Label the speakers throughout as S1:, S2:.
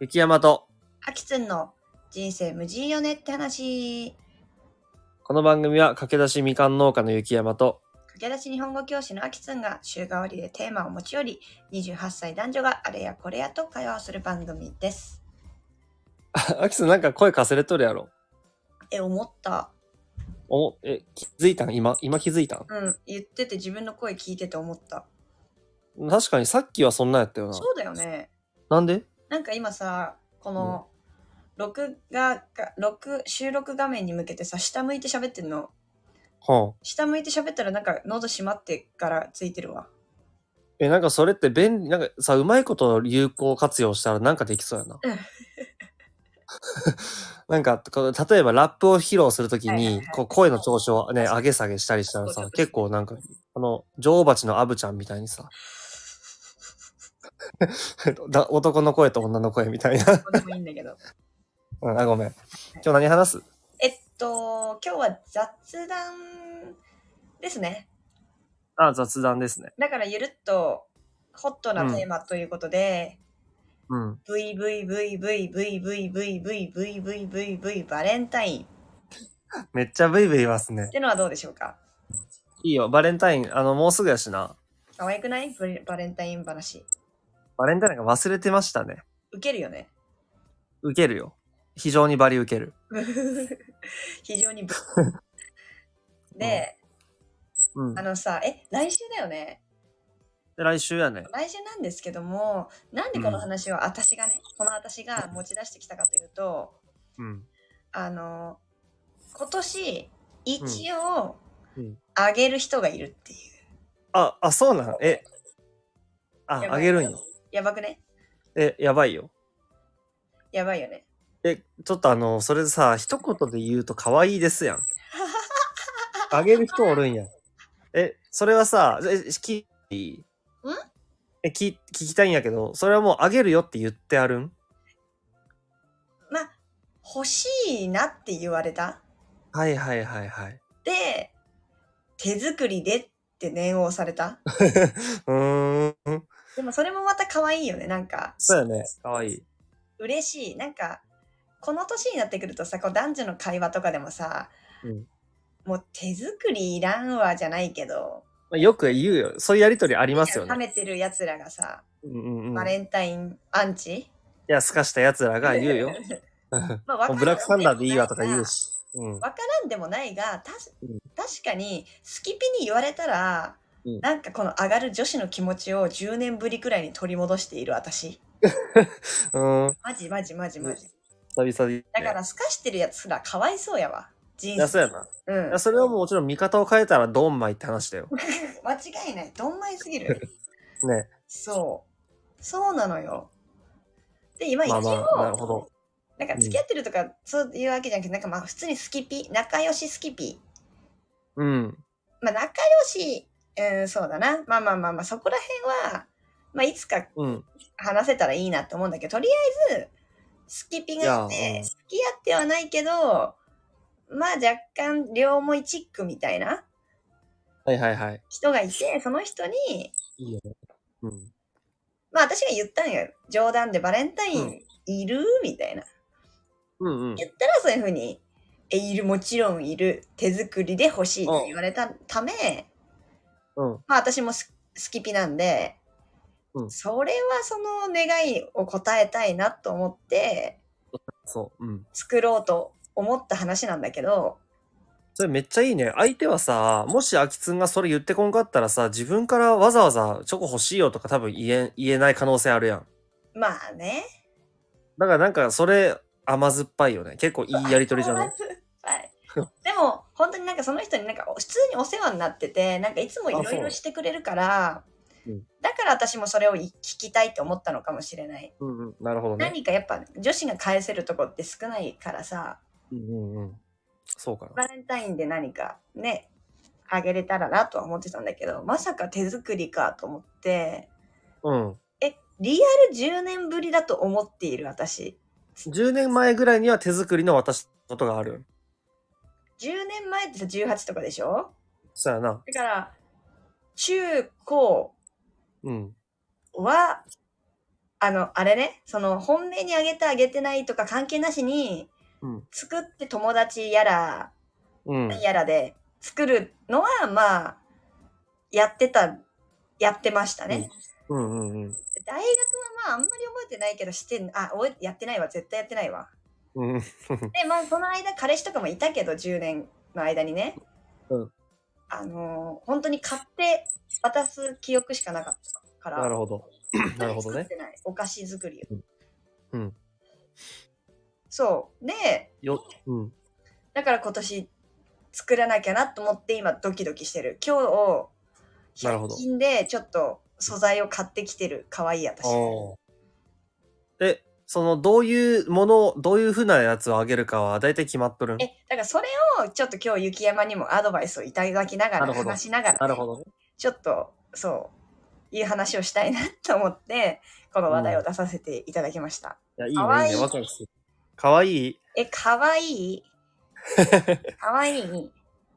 S1: 雪山と、
S2: あきつんの人生無人よねって話。
S1: この番組は駆け出しみかん農家の雪山と、
S2: 駆け出し日本語教師のあきつんが週替わりでテーマを持ち寄り、28歳男女があれやこれやと会話をする番組です。
S1: あきさんなんか声かすれとるやろ。
S2: え、思った。
S1: お、え、気づいたん今、今気づいたん
S2: うん、言ってて自分の声聞いてて思った。
S1: 確かにさっきはそんなんやったよな
S2: そ。うだよね。
S1: なんで
S2: なんか今さ、この、録画が、録、収録画面に向けてさ、下向いて喋ってんの。
S1: はあ。
S2: 下向いて喋ったらなんか喉閉まってからついてる わ。
S1: え、なんかそれって便利、なんかさ、うまいこと有効活用したらなんかできそうやな
S2: うん。
S1: なんか、こう例えばラップを披露するとき
S2: はいはい
S1: に
S2: はい、
S1: こう声の調子をね、上げ下げしたりしたら
S2: そう
S1: さ
S2: そう、
S1: 結構なんか、あの、女王蜂のアブちゃんみたいにさ、 だ男の声と女の声みたいな。
S2: どうでもいいんだけど。
S1: うん、あ、ごめん。今日何話す
S2: えっと、今日は雑談ですね。
S1: あ、雑談ですね。
S2: だからゆるっとホットなテーマということで、
S1: うん。
S2: VVVVVVVVVVVVV バレンタインっ
S1: めっちゃブイブイ言わすね。
S2: てのはどうでしょうか
S1: いいよ、バレンタイン、あの、もうすぐやしな。
S2: 可愛くないブリバレンタイン話。
S1: バレンタインなんか忘れてましたね。
S2: ウケるよね。
S1: 受けるよ。非常にバリ受ける。
S2: 非常にぶ。で、
S1: うん。
S2: あ
S1: で、
S2: のさ、え、来週だよね。
S1: 来週やね。
S2: 来週なんですけども、なんでこの話を私がね、この私が持ち出してきたかというと、
S1: うん。
S2: あの、今年、一応
S1: うん、
S2: あげる人がいるっていう。
S1: あ、あ、そうなん。え。あ、
S2: やばい
S1: あげるんよ。
S2: やばくね
S1: え、やばいよ。
S2: やばいよね。
S1: え、ちょっとあの、それさ、一言で言うと可愛いですや ん。あげる人おるんや。え、それはさ、え、聞いていいえ、聞、聞きたいんやけど、それはもうあげるよって言ってあるん
S2: まあ、欲しいなって言われた。
S1: はいはいはいはい。
S2: で、手作りでって念を押さ れた。
S1: うーん。
S2: でもそれもまた可愛いよね、なんか。
S1: そうやね。かわいい。
S2: 嬉しいなんかこの年になってくるとさこう男女の会話とかでもさ、
S1: うん
S2: もう手作りいらんわじゃないけど
S1: まあよく言うよ。そういうやりとりありますよ
S2: 冷
S1: ね。
S2: めてるやつらがさ、
S1: うんうんう
S2: バ
S1: ん。
S2: レ
S1: い
S2: ンタインアンチ
S1: や、すかした奴らが言うよ。
S2: まあ
S1: も
S2: わ
S1: うブラックサンダーでいいわとか言う
S2: し
S1: し。うん。
S2: わからんでもないがたし
S1: うん
S2: 確かにスキピに言われたら、
S1: うん
S2: なんかこの上がる女子の気持ちを10年ぶりくらいに取り戻している私
S1: うん。
S2: マジマジマジマジ
S1: 久々に。
S2: だから、すかしてるやつらかわいそうやわ人
S1: い
S2: 生
S1: や、そうやな。
S2: うん
S1: いや、それはもうもちろん見方を変えたらドンマイって話だよ。
S2: 間違いない。どんまいすぎる。
S1: ね。
S2: そう。そうなのよ。で、今一
S1: ま
S2: 応、
S1: あまあ、なるほど。
S2: なんか
S1: うん
S2: 付き合ってるとか、そういうわけじゃなくて、なんかまあ普通にスキピ、仲良しスキピ。
S1: うん。
S2: まあ仲良し、うん、そうだな。まあまあまあまあ、そこら辺は、まあいつか
S1: うん。
S2: 話せたらいいなと思うんだけど、とりあえず、スキピがあっ
S1: いやう
S2: て、
S1: ん
S2: 付き合ってはないけど、まあ若干両思いチックみたいな
S1: はいはいはい。
S2: 人がいて、その人に、
S1: いいよね。うん。
S2: まあ私が言ったんよ。冗談でバレンタイ
S1: う
S2: ンいる、みたいな。
S1: うんうん。
S2: 言ったらそういうふうに、え、いる、もちろんいる。手作りで欲しいって言われたため、
S1: うん。
S2: まあ私もす好きピなんで、
S1: うん
S2: それはその願いを答えたいなと思って
S1: そう。うん。
S2: 作ろうと思った話なんだけど、
S1: それめっちゃいいね。相手はさ、もしアキツンがそれ言ってこんかったらさ、自分からわざわざチョコ欲しいよとか多分言え、言えない可能性あるやん。
S2: まあね。
S1: だからなんかそれ甘酸っぱいよね。結構いいやりとりじゃない
S2: はい。でも本当になんかその人になんか普通にお世話になっててなんかいつもいろいろしてくれるから
S1: うん
S2: だから私もそれを聞きたいと思ったのかもしれない、
S1: うんうん。なるほどね。
S2: 何かやっぱ女子が返せるとこって少ないからさ
S1: うんうんうん。そうかな。
S2: バレンタインで何かねあげれたらなとは思ってたんだけどまさか手作りかと思って
S1: うん。
S2: えリアル10年ぶりだと思っている私
S1: 10年前ぐらいには手作りの私のことがある。
S2: 10年前ってさ18とかでしょ
S1: そうやな。
S2: だから中高
S1: うん。
S2: はあの、あれね、その、本命にあげたあげてないとか関係なしに、
S1: うん。
S2: 作って友達やら、
S1: うん。
S2: やらで、作るのは、まあ、やってた、やってましたね。
S1: うんうんうん。
S2: 大学はまあ、あんまり覚えてないけど、してん、あ、覚えやってないわ、絶対やってないわ。
S1: うん。
S2: で、まあ、その間、彼氏とかもいたけど、10年の間にね。
S1: うん
S2: あのー本当に買って渡す記憶しかなかったから。
S1: なるほど。なるほど
S2: 作っ
S1: ね。
S2: てない。お菓子作りよ。
S1: うん。
S2: そう。で、
S1: よ、うん。
S2: だから今年作らなきゃなと思って今ドキドキしてる。今日、
S1: なるほど
S2: 100均でちょっと素材を買ってきてる。かわいい私。
S1: おーえ、その、どういうもの、どういうふうなやつをあげるかは大体決まっとるん
S2: え、だからそれをちょっと今日雪山にもアドバイスをいただきな
S1: な
S2: がら
S1: るほど
S2: 話しながら、
S1: なるほどね。
S2: ちょっと、そう、いう話をしたいなと思って、この話題を出させていただきました。
S1: いや、いい
S2: かわ
S1: ね、
S2: いい
S1: いいね、ワクワクする。かわいい
S2: え、かわい いかわいい。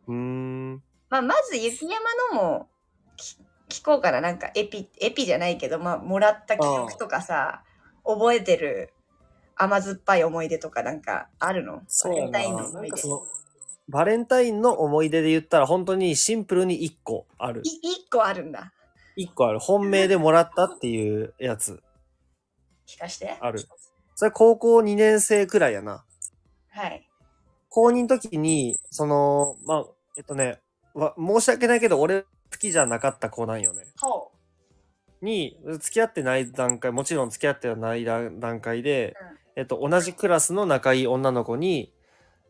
S1: うーん。
S2: まあ、まず雪山のもき聞こうかな。なんかエピ、エピじゃないけど、まあ、もらった記憶とかさ、覚えてる甘酸っぱい思い出とかなんかあるの
S1: そう
S2: バレ
S1: や
S2: ンタイン
S1: な
S2: の。思
S1: ないんか
S2: 出。
S1: その、バレンタインの思い出で言ったら、本当にシンプルに1個ある
S2: い。一個あるんだ。
S1: 1個ある。本命でもらったっていうやつ
S2: 聞かして。
S1: ある。それ高校2年生くらいやな。
S2: はい。
S1: 高2の時に、その、まあ、えっとね、わ申し訳ないけど、俺好きじゃなかった子なんよね。
S2: ほう。
S1: に、付き合ってない段階、もちろん付き合ってはない段段階で、えっと、同じクラスの仲いい女の子に、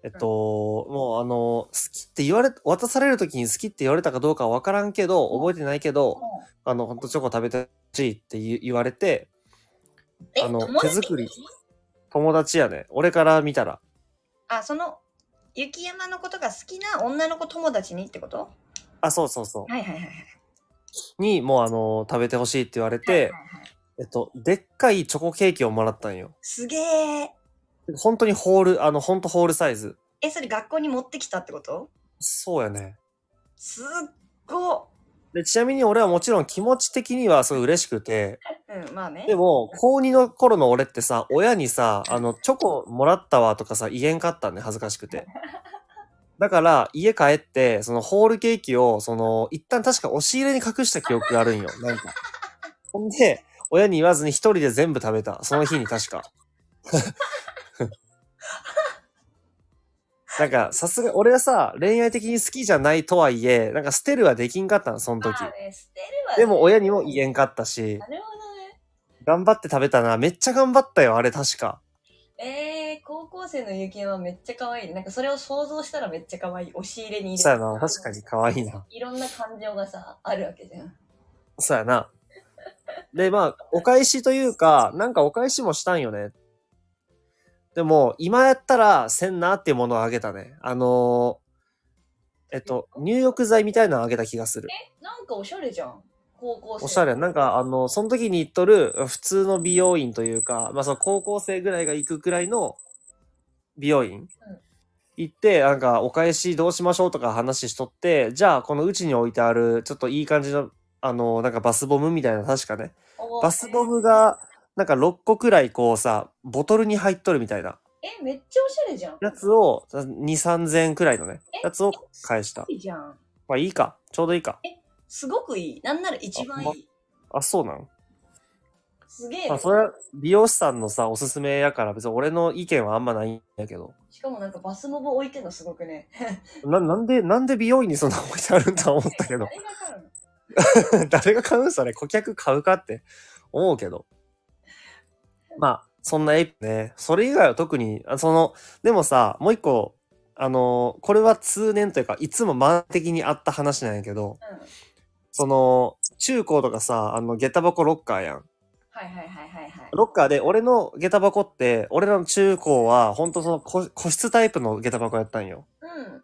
S1: えっと、もうあの、好きって言われ、渡される時に好きって言われたかどうかは分からんけど、覚えてないけど、あの、ほんとチョコ食べてほしいって言言われて、
S2: え
S1: あの
S2: 友達
S1: 手作り友達やね。俺から見たら。
S2: あ、その、雪山のことが好きな女の子友達にってこと
S1: あ、そうそうそ
S2: はいはいはいはい。
S1: う。に、もうあの、食べてほしいって言われ
S2: はいは
S1: て
S2: い、はい
S1: えっと、でっかいチョコケーキをもらったんよ。
S2: すげえ。
S1: 本当にホール、あの、本当ホールサイズ。
S2: え、それ学校に持ってきたってこと
S1: そうやね。
S2: すっご
S1: で、ちなみに俺はもちろん気持ち的にはすごい嬉しくて、
S2: うん、まあね。
S1: でも、高2の頃の俺ってさ、親にさ、あの、チョコもらったわとかさ、言えんかったね、恥ずかしくて。だから、家帰って、そのホールケーキを、その、一旦確か押し入れに隠した記憶があるんよ、なんか。ほんで、親に言わずに一人で全部食べた。その日に確か。なんか、さすが、俺はさ、恋愛的に好きじゃないとはいえ、なんか捨てるはできんかったの、その時
S2: ま。あね、捨てるわね
S1: でも、親にも言えんかったし。
S2: なるほどね。
S1: 頑張って食べたな。めっちゃ頑張ったよ、あれ確か。
S2: えー、高校生の雪山めっちゃ可愛い。なんかそれを想像したらめっちゃ可愛い。押し入れに入れ
S1: そうやな。確かに可愛いな。
S2: いろんな感情がさ、あるわけじゃん。
S1: そうやな。で、まあ、お返しというか、なんかお返しもしたんよね。でも、今やったら、せんなっていうものをあげたね。あのーえっと、入浴剤みたいなのあげた気がする。
S2: なんかおしゃれじゃん。高校生。
S1: おしゃれ。なんか、あの、その時に行っとる、普通の美容院というか、まあ、その高校生ぐらいが行くくらいの美容院、行って、なんか、お返しどうしましょうとか話しとって、じゃあ、このうちに置いてある、ちょっといい感じの、あの、なんかバスボムみたいな、確かね。
S2: おー
S1: バスボムが、なんか6個くらいこうさ、ボトルに入っとるみたいな
S2: え、めっちゃおしゃれじゃん。
S1: やつを、2、3000円くらいのね、やつを返した。
S2: いいじゃん。
S1: まあいいか。ちょうどいいか。
S2: すごくいい。なんなら一番
S1: あ
S2: い
S1: ほん
S2: い。
S1: あ、そうなの
S2: すげえ
S1: ま
S2: ね。
S1: あ、それは美容師さんのさ、おすすめやから、別に俺の意見はあんまないんやけど。
S2: しかもなんかバスボム置いてんのすごくね。
S1: な、なんで、なんで美容院にそんな置いてあるんだ思ったけど
S2: あ。れが買うの
S1: 誰が買うんそれ、顧客買うかって思うけど。まあ、そんなエピね。それ以外は特に、あその、でもさ、もう一個、あのーこれは通年というか、いつも満的にあった話なんやけど、
S2: うん。
S1: その、中高とかさ、あの、下駄箱ロッカーやん。
S2: はいはいはいはいはい。
S1: ロッカーで、俺の下駄箱って、俺らの中高は、ほんとその個個室タイプの下駄箱やったんよ。
S2: うん。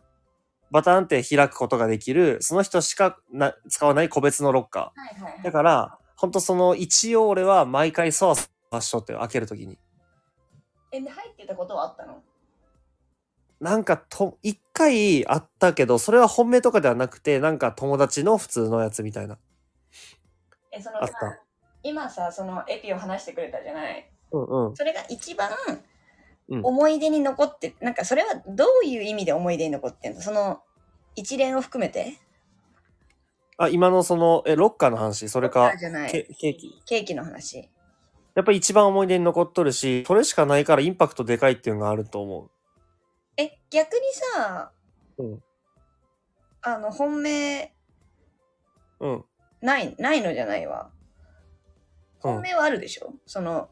S1: バタンって開くことができる、その人しかな使わない個別のロッカ
S2: はいはいはい。
S1: ー。だから、ほんとその、一応俺は毎回そわそわしとって開けるときに。
S2: え、で入ってたことはあったの
S1: なんかと、一回あったけど、それは本命とかではなくて、なんか友達の普通のやつみたいな。
S2: え、その
S1: あった。
S2: 今さそのエピを話してくれたじゃない
S1: うんうん。
S2: それが一番
S1: うん
S2: 思い出に残って、なんかそれはどういう意味で思い出に残ってんのその一連を含めて
S1: あ、今のその、え、ロッカーの話、そ
S2: そ
S1: れか、
S2: じゃない
S1: ケケーキ。
S2: ケーキの話
S1: やっぱり一番思い出に残っとるし、それしかないからインパクトでかいっていうのがあると思
S2: え逆にさ
S1: う。うん。
S2: あの本命
S1: うん。
S2: ないないのじゃないわ
S1: うん
S2: 本、命はあるでしょ、その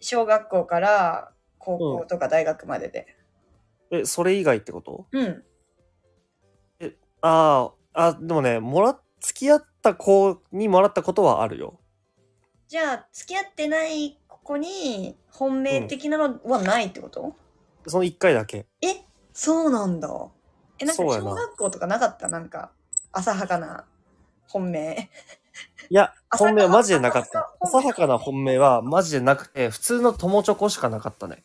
S2: 小学校から高校とか大学までで
S1: え、それ以外ってこと
S2: うん
S1: ああ、あ、でもね、もら、付き合った子にもらったことはあるよ。
S2: じゃあ付き合ってない子に本命的なのはないってこと、
S1: その一回だけ。
S2: えそうなんだえなんか
S1: そうやな
S2: 小学校とかなかったなんか浅はかな本命
S1: いや、
S2: 浅は
S1: 本命はマジでなかった。浅
S2: 浅は
S1: は
S2: か
S1: かな本命はマジでなくて、普通の友チョコしかなかったね。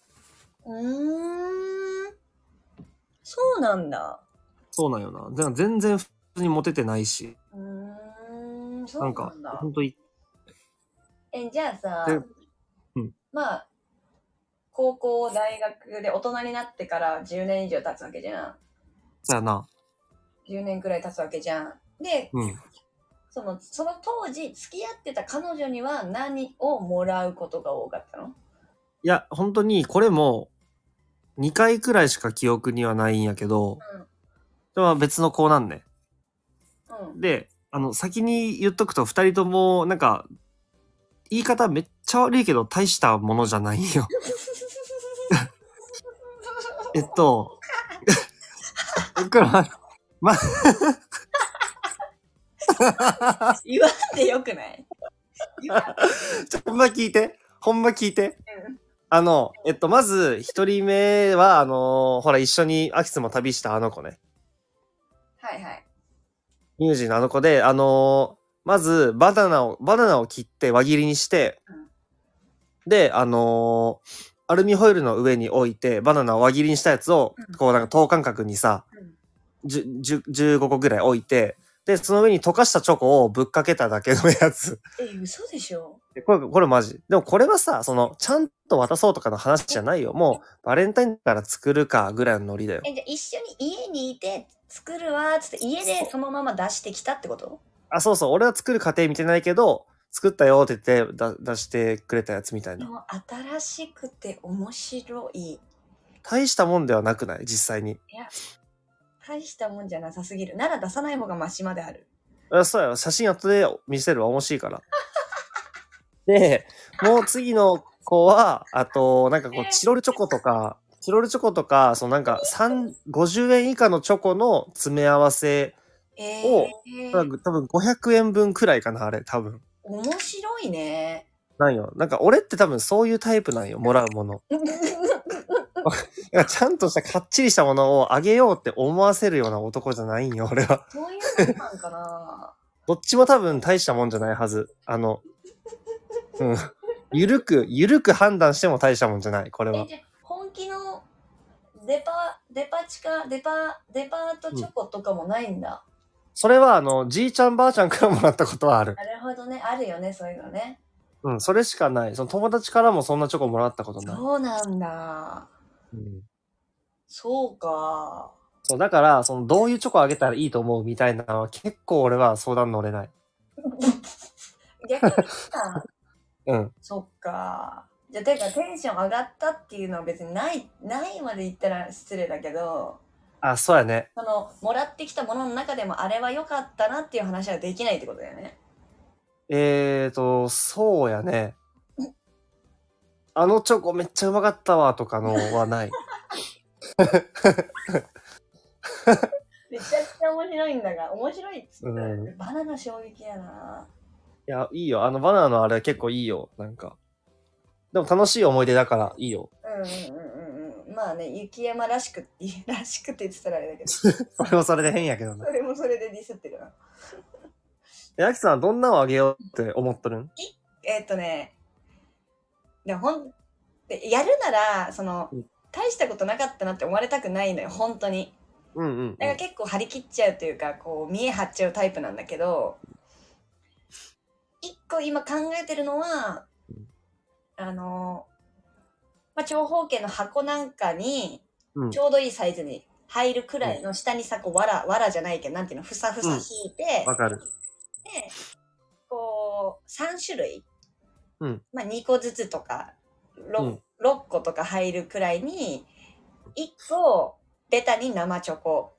S2: うーんそうなんだ
S1: そうなんよな。でも全然普通にモテてないし、
S2: うーんそう
S1: な
S2: なんんだ
S1: か、ほんとい、
S2: えじゃあさ
S1: で、うん
S2: まあ高校大学で大人になってから10年以上経つわけじゃ
S1: そやな。
S2: ん10年くらい経つわけじゃんで
S1: うん。
S2: そのその当時付き合ってた彼女には何をもらうことが多かったの
S1: いや、本当にこれも、2回くらいしか記憶にはないんやけど、でも別の子なんね。
S2: うんうん
S1: で、あの、先に言っとくと2人とも、なんか、言い方めっちゃ悪いけど、大したものじゃないんよ。えっと、僕らは、ま、
S2: 言わんでよくない言わん
S1: ちょほんま聞いて。ほんま聞いて。あの、えっと、まず、一人目は、あのーほら、一緒にアキスも旅したあの子ね。
S2: はいはい。
S1: ミュージーのあの子で、あのーまず、バナナを、バナナを切って輪切りにして、で、あのーアルミホイルの上に置いて、バナナを輪切りにしたやつを
S2: うん、
S1: こう、なんか等間隔にさ、じゅじゅ15個ぐらい置いて、で、その上に溶かしたチョコをぶっかけただけのやつ。
S2: え、嘘でしょ
S1: でこれ、これマジ。でもこれはさ、その、ちゃんと渡そうとかの話じゃないよ。もう、バレンタインから作るかぐらいのノリだよ。
S2: え、じゃあ一緒に家にいて作るわーっつって家でそのまま出してきたってこと
S1: あ、そうそう、俺は作る過程見てないけど、作ったよって言ってだ出してくれたやつみたい
S2: で
S1: な。
S2: も新しくて面白い。
S1: 大したもんではなくない実際に。
S2: 大したもんじゃなさすぎる。なら出さない方がマシまである。
S1: あそうや、写真後で見せるわ、面白いから。で、もう次の子は、あと、なんかこう、チロルチョコとか、チロルチョコとか、そのなんか、3 50円以下のチョコの詰め合わせ
S2: え
S1: お多
S2: ー、
S1: 分多分500円分くらいかな、あれ、多分。
S2: 面白いね。
S1: なんよ。なんか俺って多分そういうタイプなんよ、もらうもの。なんかちゃんとしたかっちりしたものをあげようって思わせるような男じゃないんよ、俺は。
S2: そういうのなんかな。
S1: どっちも多分大したもんじゃないはず。あの、うん。ゆるく、ゆるく判断しても大したもんじゃない、これ
S2: え
S1: は。
S2: じゃあ本気のデパデパ地下デパデパートチョコとかもないんだ、
S1: それはあの、じいちゃんばあちゃんからもらったことはある。
S2: なるほどねあるよねそういうのね
S1: うん、それしかない。その友達からもそんなチョコもらったことない。
S2: そうなんだ
S1: うん、
S2: そうか
S1: そう、だから、その、どういうチョコあげたらいいと思うみたいなのは結構俺は相談乗れない。
S2: 逆にさ
S1: うん。
S2: そっかじゃあてかテンション上がったっていうのは別にないないまで言ったら失礼だけど
S1: あ、そうやね。
S2: そのもらってきたものの中でもあれは良かったなっていう話はできないってことだよね
S1: えーと、そうやね。あのチョコめっちゃうまかったわとかのは ない。
S2: めちゃくちゃ面白いんだが面白いっつったら、
S1: う
S2: バナナ衝撃やない
S1: や、いいよ。あのバナナのあれ結構いいよ。なんか。でも楽しい思い出だからいいよ。
S2: うんうんうんうんうんまあね雪山らしくって らしくって言ってたらあれだけど
S1: それもそれで変やけどね。
S2: それもそれでディスってるな
S1: え、アキさんはどんなのあげようって思っとるん
S2: えーっとねでもほんでやるならその
S1: うん
S2: 大したことなかったなって思われたくないのよ本当に
S1: うんうん、うん
S2: だから結構張り切っちゃうというかこう見え張っちゃうタイプなんだけど一個今考えてるのは
S1: うん、
S2: あの、まあ、長方形の箱なんかに
S1: うん、
S2: ちょうどいいサイズに入るくらいの下にさ、こう、わら、わらじゃないけど、なんていうの、ふさふさ引いて、
S1: わかる。
S2: で、こう、3種類、
S1: うん
S2: まあ、2個ずつとか6、
S1: うん
S2: 6個とか入るくらいに、1個、ベタに生チョコ、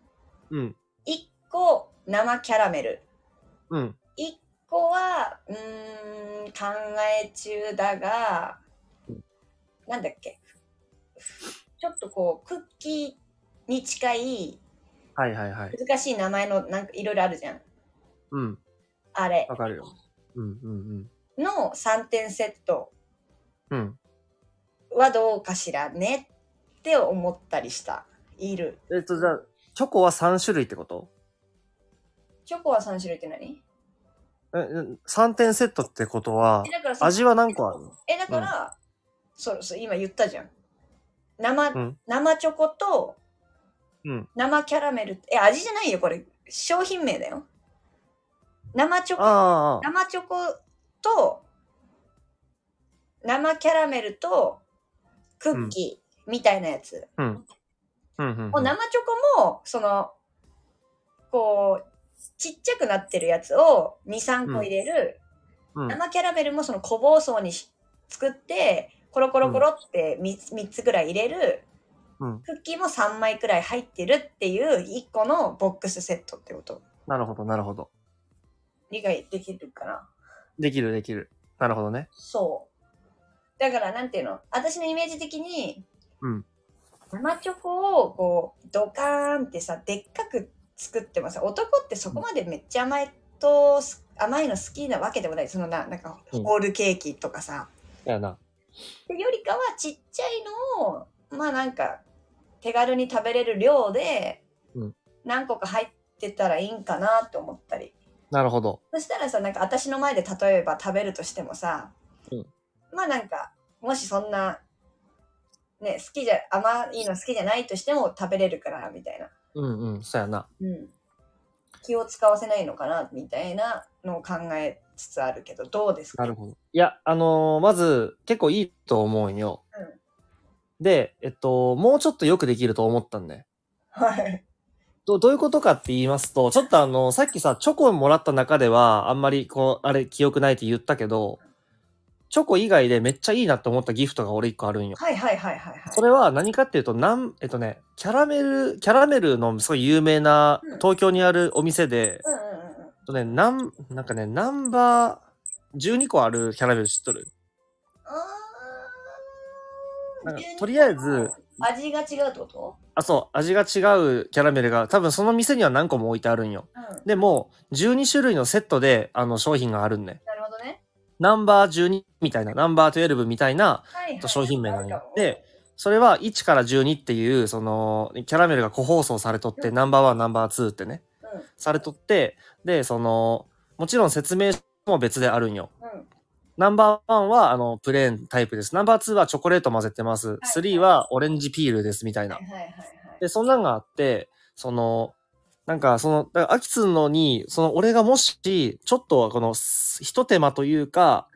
S1: うん、
S2: 1個、生キャラメル、
S1: うん、
S2: 1個は、うーん、考え中だが
S1: うん、
S2: なんだっけ、ちょっとこう、クッキーに近い
S1: はいはいはい。
S2: 難しい名前の、なんかいろいろあるじゃん。
S1: うん、
S2: あれ
S1: わかるよ。うん、うん、
S2: の3点セット
S1: うん。うん。
S2: はどうかしらねって思ったりした。いる。
S1: えっと、じゃあ、チョコは3種類ってこと
S2: チョコは3種類って何
S1: え、え ?3 点セットってことは
S2: え、だからそ
S1: 味は何個あるの
S2: え、だから、そうそう、今言ったじゃん。生、
S1: うん
S2: 生チョコと
S1: うん。
S2: 生キャラメル。え、味じゃないよ、これ。商品名だよ。生チョコ、
S1: ああ、ああ
S2: 生チョコと、生キャラメルと、クッキーみたいなやつ。
S1: うん。うん、うん。
S2: もう生チョコも、その、こう、ちっちゃくなってるやつを2、3個入れる。
S1: うん、
S2: 生キャラメルもその小包装にし作って、コロコロコロって3つ ,3 つぐらい入れる。
S1: うん
S2: クッキーも3枚くらい入ってるっていう1個のボックスセットってこと。
S1: なるほど、なるほど。
S2: 理解できるかな
S1: できる、できる。なるほどね。
S2: そう。だから、なんていうの私のイメージ的に、
S1: うん
S2: 生チョコをこう、ドカーンってさ、でっかく作ってもさ、男ってそこまでめっちゃ甘いと、す甘いの好きなわけでもない。そのな、なんか、
S1: うん
S2: ホールケーキとかさ。
S1: だよな。
S2: でよりかは、ちっちゃいのを、まあなんか、手軽に食べれる量で
S1: うん、
S2: 何個か入ってたらいいんかなと思ったり。
S1: なるほど。
S2: そしたらさ、なんか私の前で例えば食べるとしてもさ、
S1: うん
S2: まあなんか、もしそんな、ね、好きじゃ、甘いの好きじゃないとしても食べれるから、みたいな。
S1: うん、うん、そうやな。
S2: うん。気を使わせないのかな、みたいなのを考えつつあるけど、どうですか
S1: なるほど。いや、あのーまず、結構いいと思うんよ。
S2: うん
S1: で、えっと、もうちょっとよくできると思ったんね。
S2: はい。
S1: どどういうことかって言いますと、ちょっとあの、さっきさ、チョコもらった中では、あんまりこう、あれ、記憶ないって言ったけど、チョコ以外でめっちゃいいなって思ったギフトが俺一個あるんよ。
S2: はいはいはいはいはい。
S1: それは何かっていうと、なん、えっとね、キャラメル、キャラメルのすごい有名な
S2: うん、
S1: 東京にあるお店で、
S2: うんうんうんう
S1: え
S2: ん。
S1: っとね、なん、なんかね、ナンバー12個あるキャラメル知っとる
S2: あ
S1: なんか
S2: ー
S1: とりあえず、
S2: 味が違うってこと
S1: あ、そう、味が違うキャラメルが、多分その店には何個も置いてあるんよ。
S2: うん。
S1: でも、12種類のセットで、あの、商品があるんね。
S2: なるほどね。
S1: ナンバー12みたいな、ナンバー12みたいな、
S2: はい、はい。
S1: 商品名なん
S2: ある
S1: よ
S2: かも。
S1: で、それは1から12っていう、その、キャラメルが個包装されとって、ナンバーワン、ナンバーツーってね、されとって、で、その、もちろん説明書も別であるんよ。
S2: うん。うん。
S1: ナンバーワンは、あの、プレーンタイプです。ナンバーツーはチョコレート混ぜてます。スリーはオレンジピールです、みたいな
S2: はい。はいはいはい。
S1: で、そんなんがあって、その、なんか、その、だから、秋津のに、その、俺がもし、ちょっと、この、すひと手間というか、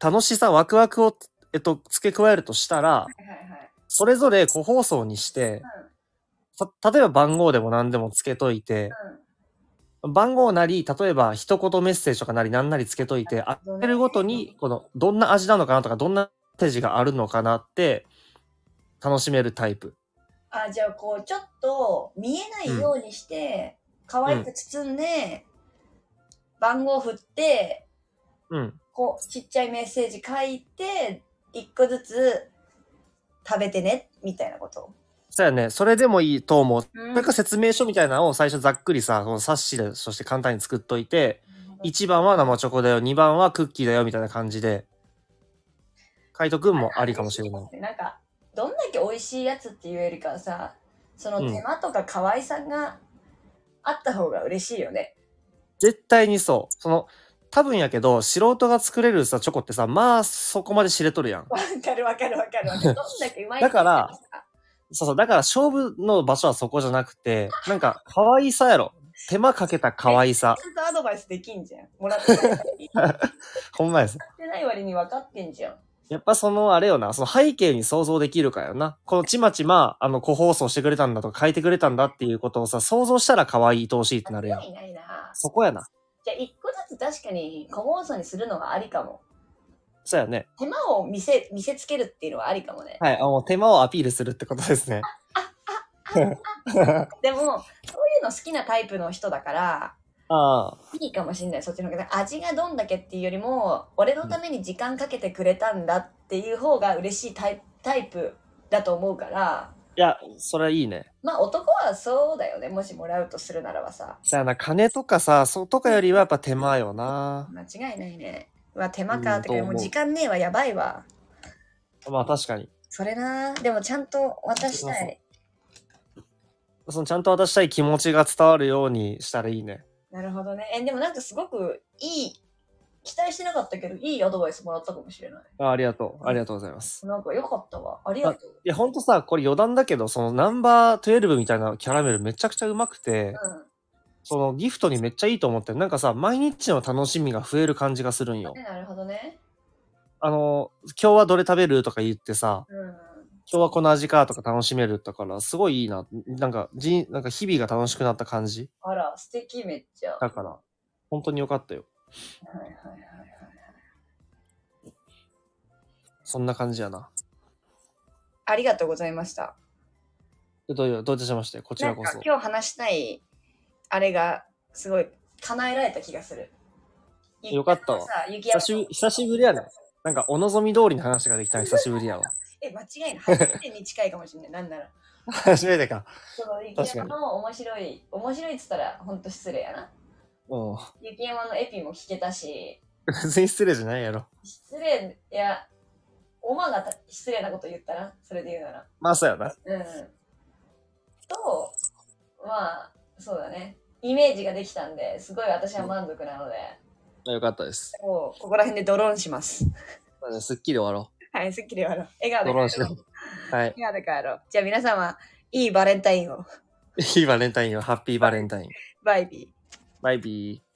S1: 楽しさ、ワクワクを、えっと、付け加えるとしたら、
S2: はいはいはい。
S1: それぞれ個包装にして、
S2: うん。
S1: た例えば番号でも何でも付けといて、
S2: う
S1: 番号なり、例えば一言メッセージとかなり何なり付けといて、あげるごとに、この、どんな味なのかなとか、どんなページがあるのかなって、楽しめるタイプ。
S2: ん、あじゃあこうちょっと見えないようにして、可愛く包んで、番号振って
S1: うん。
S2: こうちっちゃいメッセージ書いて一個ずつ食べてねみたいなこと。
S1: そうやね。それでもいいと思う。
S2: うん
S1: それか説明書みたいなのを最初ざっくりさ、この冊子で、そして簡単に作っといて、1番は生チョコだよ、2番はクッキーだよ、みたいな感じで、海斗くんもありかもしれない。
S2: なんかどんだけ美味しいやつっていうよりかはさその
S1: うん
S2: 手間とか可愛さがあった方が嬉しいよね。
S1: 絶対にそう。その、多分やけど、素人が作れるさ、チョコってさ、まあ、そこまで知れとるやん。
S2: わ、かるわかるわか るわかる。どんだけうまい
S1: だから
S2: って言ってもさ
S1: そうそう、だから勝負の場所はそこじゃなくて、なんか、可愛さやろ。手間かけた可愛さ。
S2: ちゃんとアドバイスできんじゃん。もらってない割にやっ
S1: ほんまやさ。
S2: てない割に分かってんじゃん。
S1: やっぱそのあれよな、その背景に想像できるかよな。このちまちま、あの、個包装してくれたんだとか書いてくれたんだっていうことをさ、想像したら可愛い愛おしいってなるやん
S2: 間。違いないな。
S1: そこやな。
S2: じゃあ、一個ずつ確かに小妄想にするのはありかも。
S1: そうやね。
S2: 手間を見せ、見せつけるっていうのはありかもね。
S1: はい。あもう手間をアピールするってことですね。
S2: でも、そういうの好きなタイプの人だから、
S1: ああ。
S2: いいかもしんない、そっちの方が。味がどんだけっていうよりも、俺のために時間かけてくれたんだっていう方が嬉しいタイタイプだと思うから、
S1: いや、それはいいね。
S2: まあ男はそうだよね、もしもらうとするならばさ。
S1: そやな、金とかさ、そうとかよりはやっぱ手間よな。
S2: 間違いないね。うわ、手間か
S1: うん
S2: ってか、
S1: どう思
S2: も
S1: う
S2: う時間ねえわ、やばいわ。
S1: まあ確かに。
S2: それなでもちゃんと渡し
S1: そ
S2: た
S1: うそ
S2: い。
S1: そのちゃんと渡したい気持ちが伝わるようにしたらいいね。
S2: なるほどね。え、でもなんかすごくいい、期待してなかったけど、いいアドバイスもらったかもしれない。
S1: あありがとう。ありがとうございます。
S2: なんか良かったわ。ありがとう。
S1: いや、ほんとさ、これ余談だけど、そのナンバー12みたいなキャラメルめちゃくちゃうまくて、そのギフトにめっちゃいいと思ってるなんかさ、毎日の楽しみが増える感じがするんよ
S2: うん。。なるほどね。
S1: あの、今日はどれ食べるとか言ってさ、
S2: うん。
S1: 今日はこの味かとか楽しめるだから、すごいいいな。なんか、じなんか日々が楽しくなった感じ
S2: あら、素敵めっちゃ。はい
S1: だから、本当に良かったよ。
S2: はいはいはい。
S1: そんな感じやな。
S2: ありがとうございました。
S1: でどういう、どういたしまして、こち
S2: な
S1: ら
S2: ん
S1: こ
S2: か
S1: そ。
S2: 今日話したい、あれが、すごい、叶えられた気がする。
S1: よかったわ
S2: さ
S1: 久
S2: 雪山
S1: しぶり、久しぶりやね。なんか、お望み通りの話ができたの久しぶりやわ。
S2: え、間違いない。初めてに近いかもしれない。なんなら。
S1: 初めてか。
S2: その
S1: 確
S2: 雪
S1: か
S2: 山
S1: に
S2: の面白い、面白いっつったら、ほんと失礼やな。
S1: うん。
S2: 雪山のエピも聞けたし、
S1: 別に失礼じゃないやろ。
S2: 失礼、いや、オマがた失礼なこと言ったな。それで言うなら。
S1: まあ、そうやな。
S2: うん。と、まあ、そうだね。イメージができたんで、すごい私は満足なので、
S1: よかったです。
S2: もうここら辺でドローンします。
S1: なのですっきり終わろ
S2: はい、すっきり終わろう。笑顔
S1: う。
S2: で
S1: ド
S2: 帰
S1: ロ
S2: ろ
S1: ーン。
S2: う
S1: して。はい。
S2: 笑顔で帰ろう。じゃあ皆様、いいバレンタインを。
S1: いいバレンタインよ。ハッピーバレンタイン。
S2: バイビー。
S1: バイビー。